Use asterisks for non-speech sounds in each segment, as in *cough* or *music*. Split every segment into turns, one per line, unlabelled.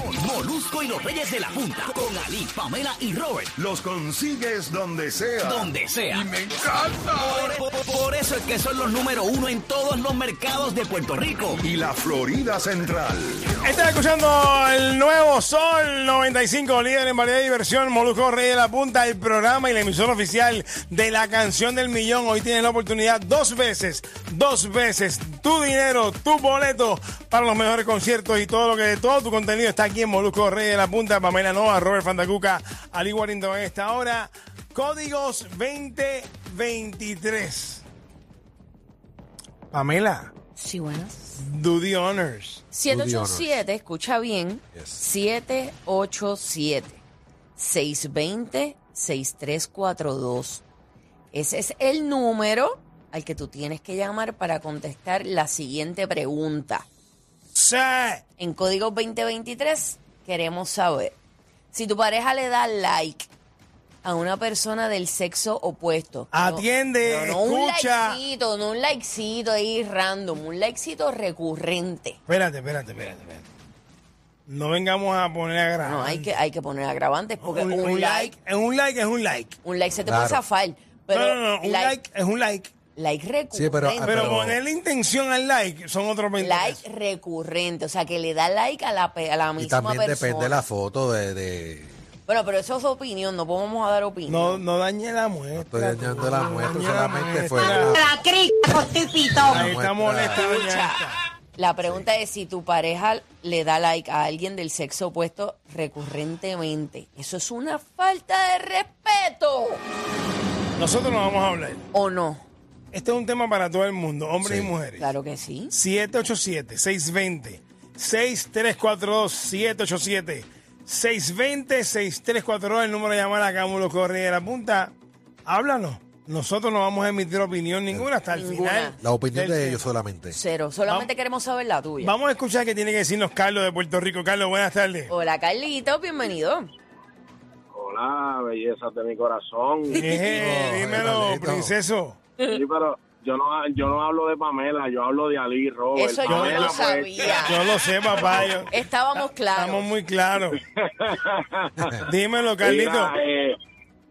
Molusco y los Reyes de la Punta con Ali, Pamela y Robert.
Los consigues donde sea.
Donde sea.
me encanta.
Por, por- por eso es que son los número uno en todos los mercados de Puerto Rico.
Y la Florida Central.
Estás escuchando el nuevo Sol 95, líder en variedad y diversión, Molusco Rey de la Punta, el programa y la emisión oficial de la canción del millón. Hoy tienes la oportunidad dos veces, dos veces, tu dinero, tu boleto para los mejores conciertos y todo lo que todo tu contenido está aquí en Molusco Rey de la Punta, Pamela Nova, Robert Fandacuca, Ali Warrington en esta hora. Códigos 2023. Pamela,
Sí, bueno.
do the honors.
787, escucha bien. 787 620 6342. Ese es el número al que tú tienes que llamar para contestar la siguiente pregunta.
Sí.
En código 2023 queremos saber si tu pareja le da like a una persona del sexo opuesto. No,
Atiende,
no, no,
escucha.
Un likecito, no un likecito ahí random, un likecito recurrente.
Espérate, espérate, espérate, espérate. No vengamos a poner a grabar.
No, hay que, hay que poner agravantes porque
un, un like, es un like, es un like.
un like se te puede zafar. Pero
no, no, no, un like, es un like.
like recurrente.
Sí, pero- ah,
Pero,
pero-
ponerle intención al like son otros 20
like
pesos.
recurrente. O sea, que le da like a la, pe- a la misma
Y también
persona.
depende la foto de... de-
Bueno, pero eso es opinión, no podemos dar opinión.
No, no dañe la muestra.
estoy dañando la
no
muestra,
dañe la
solamente fue
muestra.
una-
La crista con
Ahí está
muestra.
molesta, doña
Escucha,
esta.
la pregunta es si tu pareja le da like a alguien del sexo opuesto recurrentemente. Eso es una falta de respeto.
Nosotros no vamos a hablar.
¿O no?
Este es un tema para todo el mundo, hombres
Sí.
y mujeres.
Claro que sí.
787-620-6342, 787-620-6342, el número de llamar acá, Mulo Correa de la Punta. Háblanos. Nosotros no vamos a emitir opinión ninguna hasta el
Ninguna.
final.
La opinión
del
de ellos
tema.
solamente.
Cero. Solamente queremos saber la tuya.
Vamos a escuchar qué tiene que decirnos Carlos de Puerto Rico. Carlos, buenas tardes.
Hola, Carlito, bienvenido.
Hola, bellezas de mi
*laughs*
corazón. Sí,
Eh,
Oh,
dímelo,
Carlito.
princeso.
pero yo no, yo no hablo de Pamela, yo hablo de Ali, Robert.
Eso yo
Pamela,
no lo
pues,
sabía.
Yo lo sé, papá. yo- estamos
Estábamos claros.
muy claros. Dímelo, Carlito.
Mira, eh,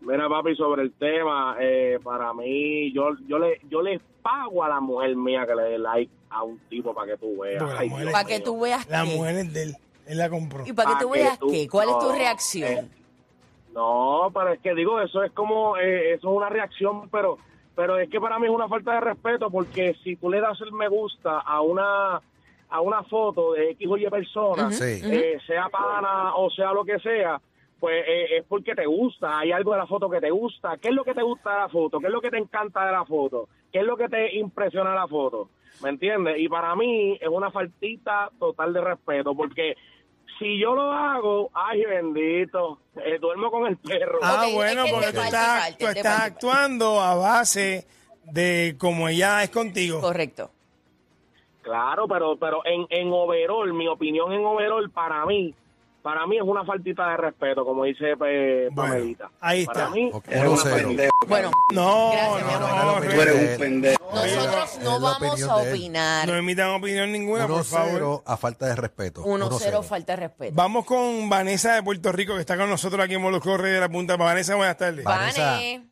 mira, papi, sobre el tema, eh, para mí, yo, yo le yo les pago a la mujer mía que le dé like a un tipo para que tú veas.
Porque la mujer-
Dios
Para que
mío.
tú veas
La
qué.
mujer es de él. Él la compró.
Y para que
Pa'
tú
Ah, que
veas
tú-
qué. ¿Cuál es tu
no, eh,
reacción?
No, pero es que digo, eso es como, eh, eso es una reacción, pero, pero es que para mí es una falta de respeto porque si tú le das el me gusta a una, a una foto de X o Y persona,
Sí.
¿Mm?
eh, sea pana o sea lo que sea, pues eh, es porque te gusta, hay algo de la foto que te gusta. ¿Qué es lo que te gusta de la foto? ¿Qué es lo que te encanta de la foto? ¿Qué es lo que te impresiona de la foto? ¿Me entiendes? Y para mí es una faltita total de respeto porque si yo lo hago, ay bendito, eh, duermo con el perro.
Ah,
Ok,
bueno,
es que
porque
te
tú
falta,
estás,
falta,
tú
te
estás
falta.
actuando a base de como ella es contigo.
Correcto.
Claro, pero pero en, en overall, mi opinión en overall, para mí, para mí es una faltita de respeto, como dice pues,
Bueno,
Pamelita.
ahí
Para
está.
mí
Ok,
es
un
una
cero.
faltita.
Bueno,
No,
Gracias, mi
no,
amor.
no,
Pero
no,
tú eres un
pendejo.
nosotros
es
no
la
vamos
opinión
a
de él.
opinar.
no emitan opinión ninguna, por favor.
1-0 a falta de respeto.
1-0
1-0.
falta de respeto.
Vamos con Vanessa de Puerto Rico, que está con nosotros aquí en Molusco Rey de la Punta. Vanessa, buenas tardes.
Va- Vanessa.
Vane.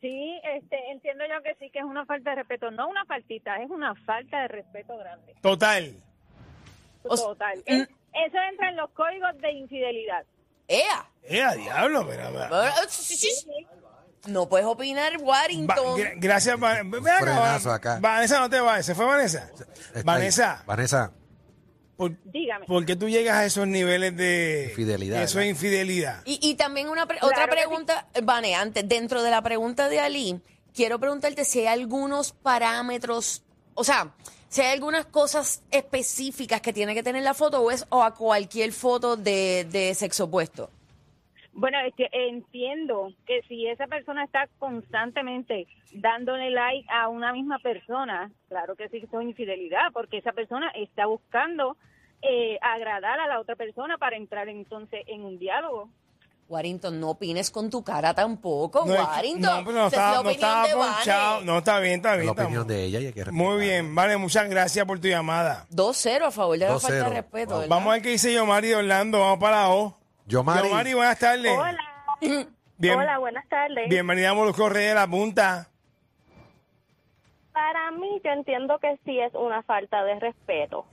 Sí, este, entiendo yo que sí que es una falta de respeto, no una faltita, es una falta de respeto grande.
Total.
O sea,
Total.
mm.
Es- Eso entra en los códigos de infidelidad.
¡Ea!
Eh, a diablo, pero...
Ahora, sí, sí, sí. No puedes opinar, Warrington.
Va- gra- gracias, Va- ve acá,
frenazo
Va-
acá.
Vanessa, no te vayas. ¿Se fue Vanessa?
Está ahí.
Vanessa,
Vanessa.
¿por,
Dígame.
por qué tú llegas a esos niveles de...
Infidelidad,
Eso es infidelidad.
Y, y también una pre-
Claro
otra
que sí.
pregunta, Vane, antes, dentro de la pregunta de Ali, quiero preguntarte si hay algunos parámetros o sea, si hay algunas cosas específicas que tiene que tener la foto o es o a cualquier foto de, de sexo opuesto.
Bueno, es que entiendo que si esa persona está constantemente dándole like a una misma persona, claro que sí que eso es infidelidad, porque esa persona está buscando eh, agradar a la otra persona para entrar entonces en un diálogo.
Warrington, no opines con tu cara tampoco,
No, es-
Oh, Warrington.
no, pero no
Esa es la
estaba, no
opinión
estaba
de Vane.
ponchado. No, está bien, está bien.
la
está
opinión
bien.
de ella y hay que
Muy
respetarla.
bien, vale, muchas gracias por tu llamada.
2-0 a favor de la falta de
2-0.
respeto.
Wow.
¿verdad?
Vamos a ver qué dice Yomari de Orlando, vamos para la O.
Yomari.
Yomari, buenas tardes.
Hola.
Bien-
Hola, buenas tardes.
Bienvenida a Molusco Reyes de la Punta.
Para mí, yo entiendo que sí es una falta de respeto.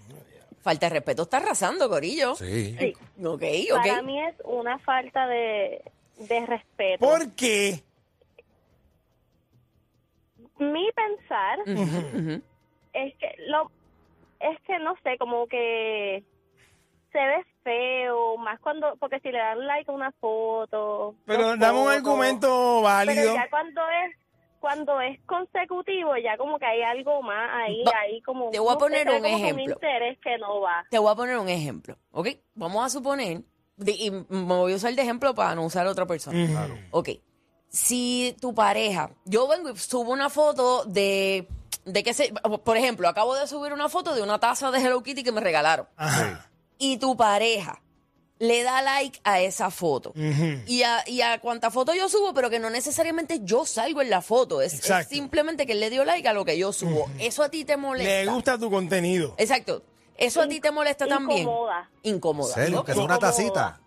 Falta de respeto está arrasando, Corillo.
Sí.
Sí.
Ok,
Para
ok.
mí es una falta de, de respeto.
¿Por qué?
Mi pensar es que lo es que no sé, como que se ve feo, más cuando porque si le dan like a una foto.
Pero
dos
dame un
fotos,
argumento
Pero
válido.
ya cuando es cuando es consecutivo, ya como que hay algo más ahí,
Va-
ahí como
te voy a
no sé,
poner
se ve
un
como que
ejemplo.
interés que no va.
Te voy a poner un ejemplo, ¿ok? Vamos a suponer, de- y me voy a usar de ejemplo para no usar a otra persona. Ok, si tu pareja, yo vengo y subo una foto de, de qué sé, por ejemplo, acabo de subir una foto de una taza de Hello Kitty que me regalaron.
Ajá.
Y tu pareja le da like a esa foto.
Ujú.
Y a, y a cuánta foto yo subo, pero que no necesariamente yo salgo en la foto. Es, es
Exacto.
simplemente que él le dio like a lo que yo subo. Eso a ti te molesta. Eh.
Le gusta tu contenido.
Exacto. Eso a ti te molesta también.
Incomoda.
Incomoda.
Serio,
¿no?
que es una tacita.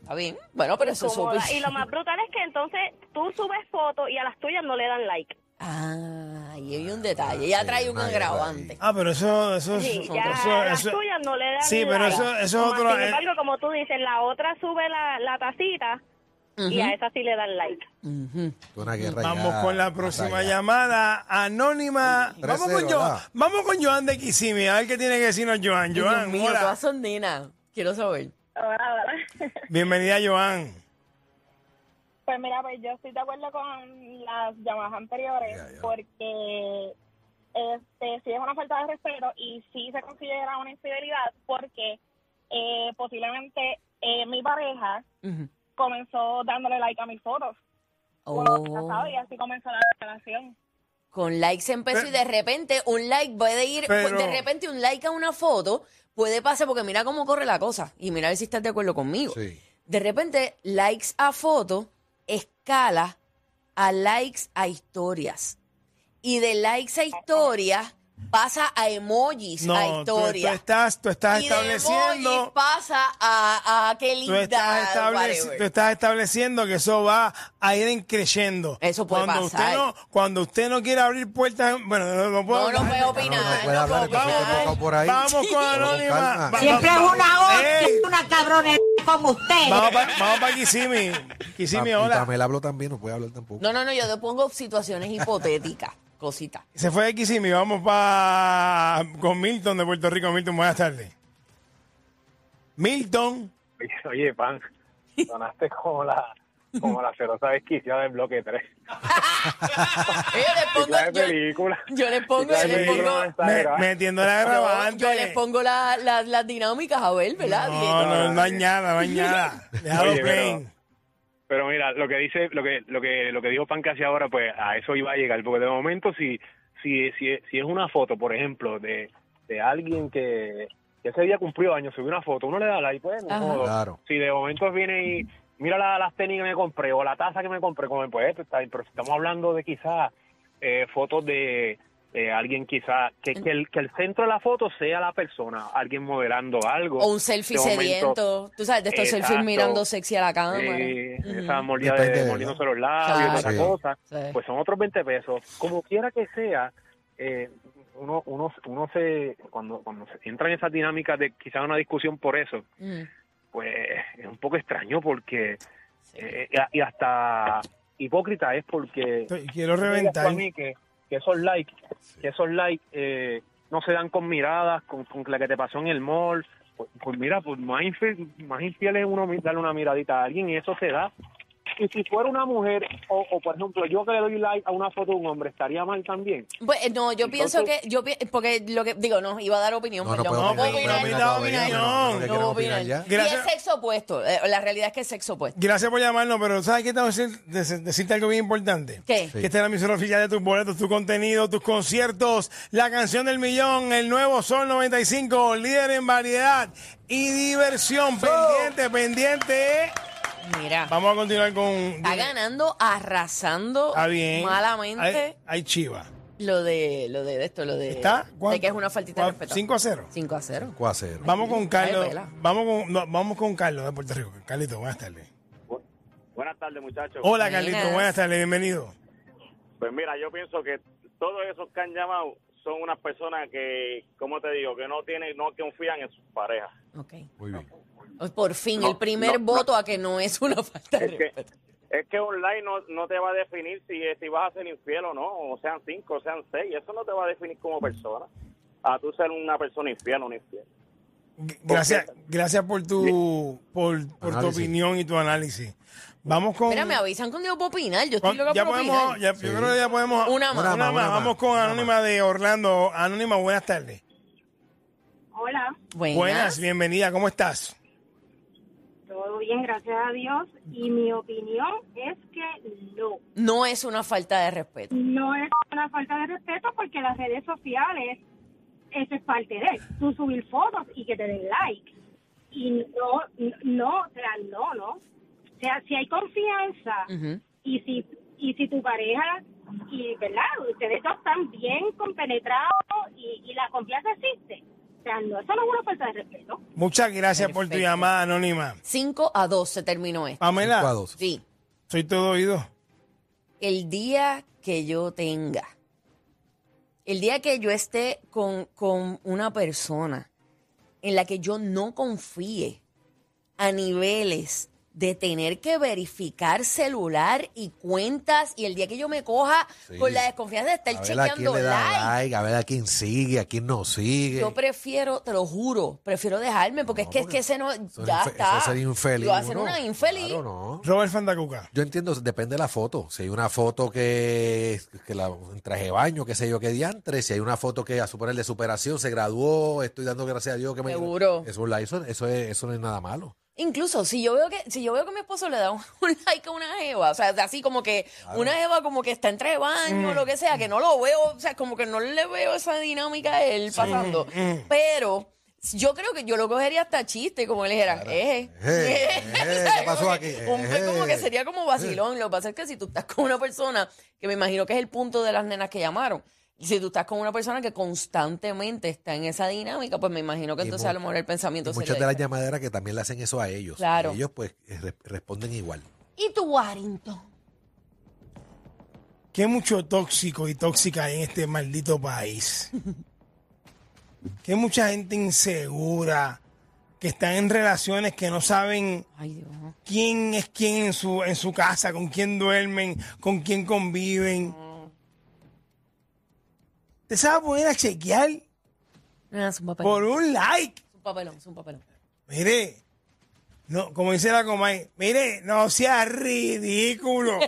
Está bien. Bueno, pero eso pues. es
Incomoda.
súper-
Y lo
*laughs*
más brutal es que entonces tú subes fotos y a las tuyas no le dan like.
Ah, y hay un detalle. Ya
sí,
trae un
una guerra
agravante.
Ah, pero eso, eso, es-
Sí,
eso,
ya a las
eso-
tuyas no le dan
Sí, pero
like.
eso- eso es
Más
otro- eh,
Sin embargo, como tú dices, la otra sube la, la tacita y a esa sí le dan like.
Una guerra
Vamos
ya
con la
más
próxima
allá.
llamada anónima.
Tres
Vamos con,
cero,
Joan,
¿verdad?
vamos con Joan de Kissimmee, a ver qué tiene que decirnos Joan.
Dios
Joan,
mío,
hola.
todas son nenas. Quiero saber.
Bienvenida, Joan.
*laughs* Pues mira, pues yo estoy de acuerdo con las llamadas anteriores
Ya, ya.
porque este sí es una falta de respeto y sí se considera una infidelidad porque eh, posiblemente eh, mi pareja
Ujú.
comenzó dándole like a mis fotos.
Oh,
casado y así comenzó la relación.
con likes empezó y de repente un like puede ir.
Eh.
pues,
Pero-
de repente un like a una foto puede pasar porque mira cómo corre la cosa. Y mira a ver si estás de acuerdo conmigo.
Sí.
De repente, likes a fotos escala a likes a historias. Y de likes a historias pasa a emojis a
No, tú, tú
historias.
estás, tú estás
y de emojis
estableciendo.
pasa a, a qué
Tú
linda.
estás, estableci-
whatever.
tú estás estableciendo que eso va a ir en creciendo.
Eso puede
cuando
pasar.
Usted no, cuando usted no quiere abrir puertas, bueno, no, no puedo.
no, no puedo
No, no,
opinar.
no puede
no
hablar,
puedo
entonces te
opinar.
toca por
*laughs*
ahí.
Vamos con Anónima.
calma.
Va-
Siempre es
va-
una hostia,
Ey,
una cabronería con usted.
Vamos para vamos pa Kissimmee. Kissimmee,
Pa- y
hola.
Pamela habló también, no puede hablar tampoco.
No, no, no, yo te pongo situaciones hipotéticas, *laughs* cositas.
Se fue de Kissimmee, vamos para con Milton de Puerto Rico. Milton, buenas tardes. Milton,
*laughs* Oye, pan, sonaste como la,
*laughs*
como la celosa desquiciada del bloque 3.
Yo les pongo,
Clase de
yo-
película.
yo les pongo,
Clase
yo
de
les
película
pongo,
no está
me-
grabada.
metiendo la
yo,
grabante.
yo les pongo la- la- las dinámicas a ver, ¿verdad?
No, no, no añada, no
*laughs*
añada. Déjalo
Oye, pero-
plain.
Pero mira, lo que dice, lo que, lo que, lo que dijo Pan casi ahora, pues a eso iba a llegar, porque de momento si, si, si, si es una foto, por ejemplo, de, de alguien que, que ese día cumplió años, subió una foto, uno le da like, pues, ni
Ajá.
modo.
Claro.
Si de momento viene y mira la- las tenis que me compré o la taza que me compré, como pues, esto está bien, pero si estamos hablando de quizás eh, fotos de eh, alguien quizás, que, que, el, que el centro de la foto sea la persona, alguien modelando algo.
O un selfie
De momento-
sediento. Tú sabes, de estos selfies
Exacto.
mirando sexy a la cámara.
Sí,
Ujú.
Eh, esa mordida
Depende,
de
¿verdad?
mordiéndose los labios,
Claro.
y toda
Sí.
esa cosa,
Sí.
pues son otros 20 pesos. Como quiera que sea, eh, uno, uno, uno se, cuando, cuando se entra en esas dinámicas de quizás una discusión por eso,
Ujú.
pues es un poco extraño porque,
Sí.
eh, y hasta hipócrita es porque
Estoy- Quiero
me digas tú
reventar.
a mí que, que esos likes, que esos likes eh, no se dan con miradas, con, con la que te pasó en el mall. Pues, pues mira, pues más infiel, más infiel es uno mi- darle una miradita a alguien y eso se da. y si fuera una mujer, o, o, por ejemplo, yo que le doy like a una foto de un hombre, ¿estaría mal también?
Pues, eh, no, yo
Entonces-
pienso que, yo pi- porque lo que, digo, no, iba a dar opinión, pues
No, no
perdón.
puedo
No puedo
opinar,
opinar,
no puedo
no
opinar
opinión.
todavía,
No
no, no, no,
puedo
no, no quiero opinar ya.
Y es
Gracias.
sexo opuesto, eh, la realidad es que es sexo opuesto.
Gracias por llamarnos, pero ¿sabes qué? Tengo que decir- dec- decirte algo bien importante.
¿Qué?
Que esta es la emisión oficial de tus boletos, tu contenido, tus conciertos, la canción del millón, el nuevo Sol 95, líder en variedad y diversión. Pendiente, pendiente.
Mira,
Vamos a continuar con...
está ganando, arrasando
Está bien.
malamente
Hay, hay chiva.
lo de lo de esto, lo de,
¿Está? ¿Cuánto?
de que es una faltita de
¿Cuánto?
respeto.
5 a 0.
5 a 0.
5 a 0.
Vamos con
Ay,
Carlos.
vela.
Vamos con, no, vamos con Carlos de Puerto Rico. Carlito, buenas tardes.
Buenas tardes, muchachos.
Hola, Carlito,
Buenas.
buenas tardes, bienvenido.
Pues mira, yo pienso que todos esos que han llamado son unas personas que, ¿cómo te digo? Que no tienen, no confían en sus parejas.
Ok.
Muy bien.
Por fin,
No,
el primer
no,
voto a que no es una falta de
Es que,
respeto.
es que online no, no te va a definir si, si vas a ser infiel o no, o sean cinco, o sean seis. Eso no te va a definir como persona. A tú ser una persona infiel o no infiel.
G- Gracias, gracias por tu por, por tu
Análisis.
opinión y tu análisis. Vamos con
Mira, me avisan cuando yo puedo opinar. Yo
con-
estoy loca
ya
por
podemos,
opinar.
ya- yo creo que ya podemos
Una más.
una
Una
más.
más,
Vamos con
una
Anónima de Orlando. Anónima, buenas tardes.
Hola,
Buenas.
Buenas, bienvenida, ¿cómo estás?
todo bien, gracias a Dios. Y mi opinión es que no.
No es una falta de respeto.
No es una falta de respeto porque las redes sociales, eso es parte de tú subir fotos y que te den like. Y no, no, o sea, no, no. O sea, si hay confianza
Ujú.
y si y si tu pareja y verdad ustedes dos están bien compenetrados y, y la confianza existe o sea no eso no es una falta de respeto
Muchas gracias por tu
Perfecto.
llamada, Anónima.
5 a 2 se terminó esto.
Cinco a
Pamela,
dos.
Sí.
soy todo oído.
el día que yo tenga, el día que yo esté con, con una persona en la que yo no confíe a niveles de tener que verificar celular y cuentas y el día que yo me coja
Sí.
con la desconfianza de estar
A ver a quién
chequeando
le da
likes.
like, a ver a quién sigue, a quién no sigue.
Yo prefiero, te lo juro, prefiero dejarme porque
No,
es que
porque
es que ese no,
Eso es
ya
infe-
está.
Eso sería infeliz.
Yo voy a ser
uno.
una infeliz.
Claro, no.
Robert Fandacuca.
Yo entiendo, depende de la foto. Si hay una foto que, que la en traje de baño, qué sé yo, qué diantre. Si hay una foto que a suponer de superación, se graduó, estoy dando gracias a Dios que me.
Seguro.
Eso, es la- eso, eso, es- eso no es nada malo.
Incluso si yo veo que si yo veo que mi esposo le da un, *laughs* un like a una jeva, o sea, así como que una jeva como que está entre baño
Mm.
o lo que sea, que no lo veo, o sea, como que no le veo esa dinámica a él pasando.
Mm,
Pero yo creo que yo lo cogería hasta chiste, como le dijeran, eje.
Eje, eje,
*laughs*
¿qué pasó
Como
aquí?
que un-
Eje. Eh.
como que sería como vacilón. Lo que pasa es que si tú estás con una persona, que me imagino que es el punto de las nenas que llamaron, si tú estás con una persona que constantemente está en esa dinámica, pues me imagino que
Y
entonces
mu-
a lo mejor el pensamiento
Y
sería
muchas de las
diferente.
llamaderas que también le hacen eso a ellos.
Claro.
Y ellos, pues, eh, re- responden igual.
¿Y tú, Warrington?
Qué mucho tóxico y tóxica hay en este maldito país. Qué mucha gente insegura que está en relaciones que no saben
Ay, Dios.
quién es quién en su, en su casa, con quién duermen, con quién conviven. Te se va a poner a chequear
Ah, es un papelón.
por un like.
Es un papelón, es un papelón.
Mire, no, como dice la comay, mire, no sea ridículo.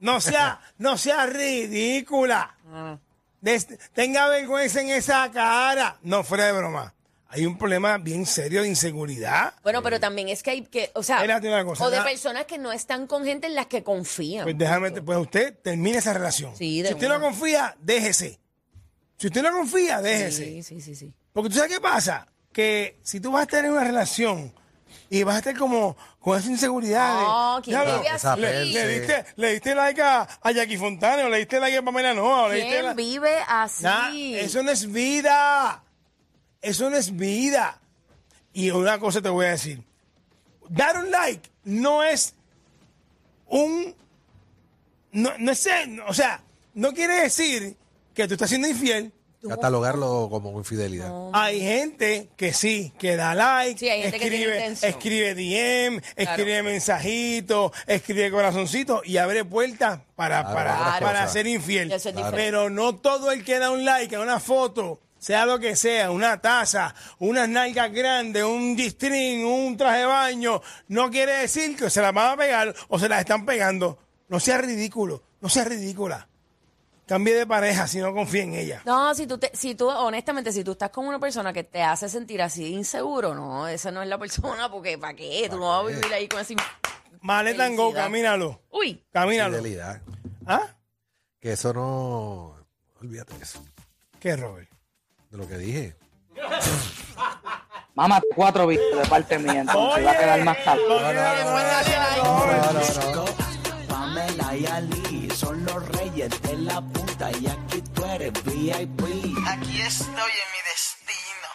No sea, no sea ridícula.
Ah.
Des- tenga vergüenza en esa cara. No, fuera de broma. Hay un problema bien serio de inseguridad.
Bueno, pero también es que hay que, o sea,
Espérate una cosa,
o de
na-
personas que no están con gente en las que confían.
Pues déjame, pues usted termina esa relación.
Sí, de
si usted
una.
no confía, déjese. Si usted no confía, déjese.
sí, sí, sí, sí.
Porque tú sabes qué pasa, que si tú vas a estar en una relación y vas a estar como con esa inseguridad de,
No, ¿quién
"Diablo,
vive así?
le, le diste, le diste like a, a Jackie Fontana, o le diste like a Pamela Noa, o le diste
¿Quién
like-
vive así?
Nah, eso no es vida. Eso no es vida. Y una cosa te voy a decir. Dar un like no es un... No, no es... O sea, no quiere decir que tú estás siendo infiel.
Catalogarlo como infidelidad.
Hay gente que sí, que da like,
Sí, hay gente que tiene
escribe,
intención.
escribe DM, escribe mensajitos, escribe corazoncitos y abre puertas para,
Claro,
para,
otras
para
cosas.
ser infiel.
Eso es diferente.
Pero no todo el que da un like a una foto sea lo que sea, una taza, unas nalgas grandes, un distrín, un traje de baño, no quiere decir que se las van a pegar o se las están pegando. No sea ridículo, no sea ridícula. Cambie de pareja si no confía en ella.
No, si tú, te- si tú, honestamente, si tú estás con una persona que te hace sentir así inseguro, no, esa no es la persona, porque ¿para qué? Tú no vas a vivir ahí con ese...
Maleta en go,
Felicidad.
camínalo,
Uy,
camínalo.
Fidelidad.
¿Ah?
Que eso no. Olvídate de eso.
¿Qué, Robert?
De lo que dije.
Mamá, cuatro bichos de parte mía, entonces va a quedar más tarde.
¿por qué no le pones like?
Pamela y Ali son los reyes de la punta y aquí tú eres VIP.
Aquí estoy en mi destino.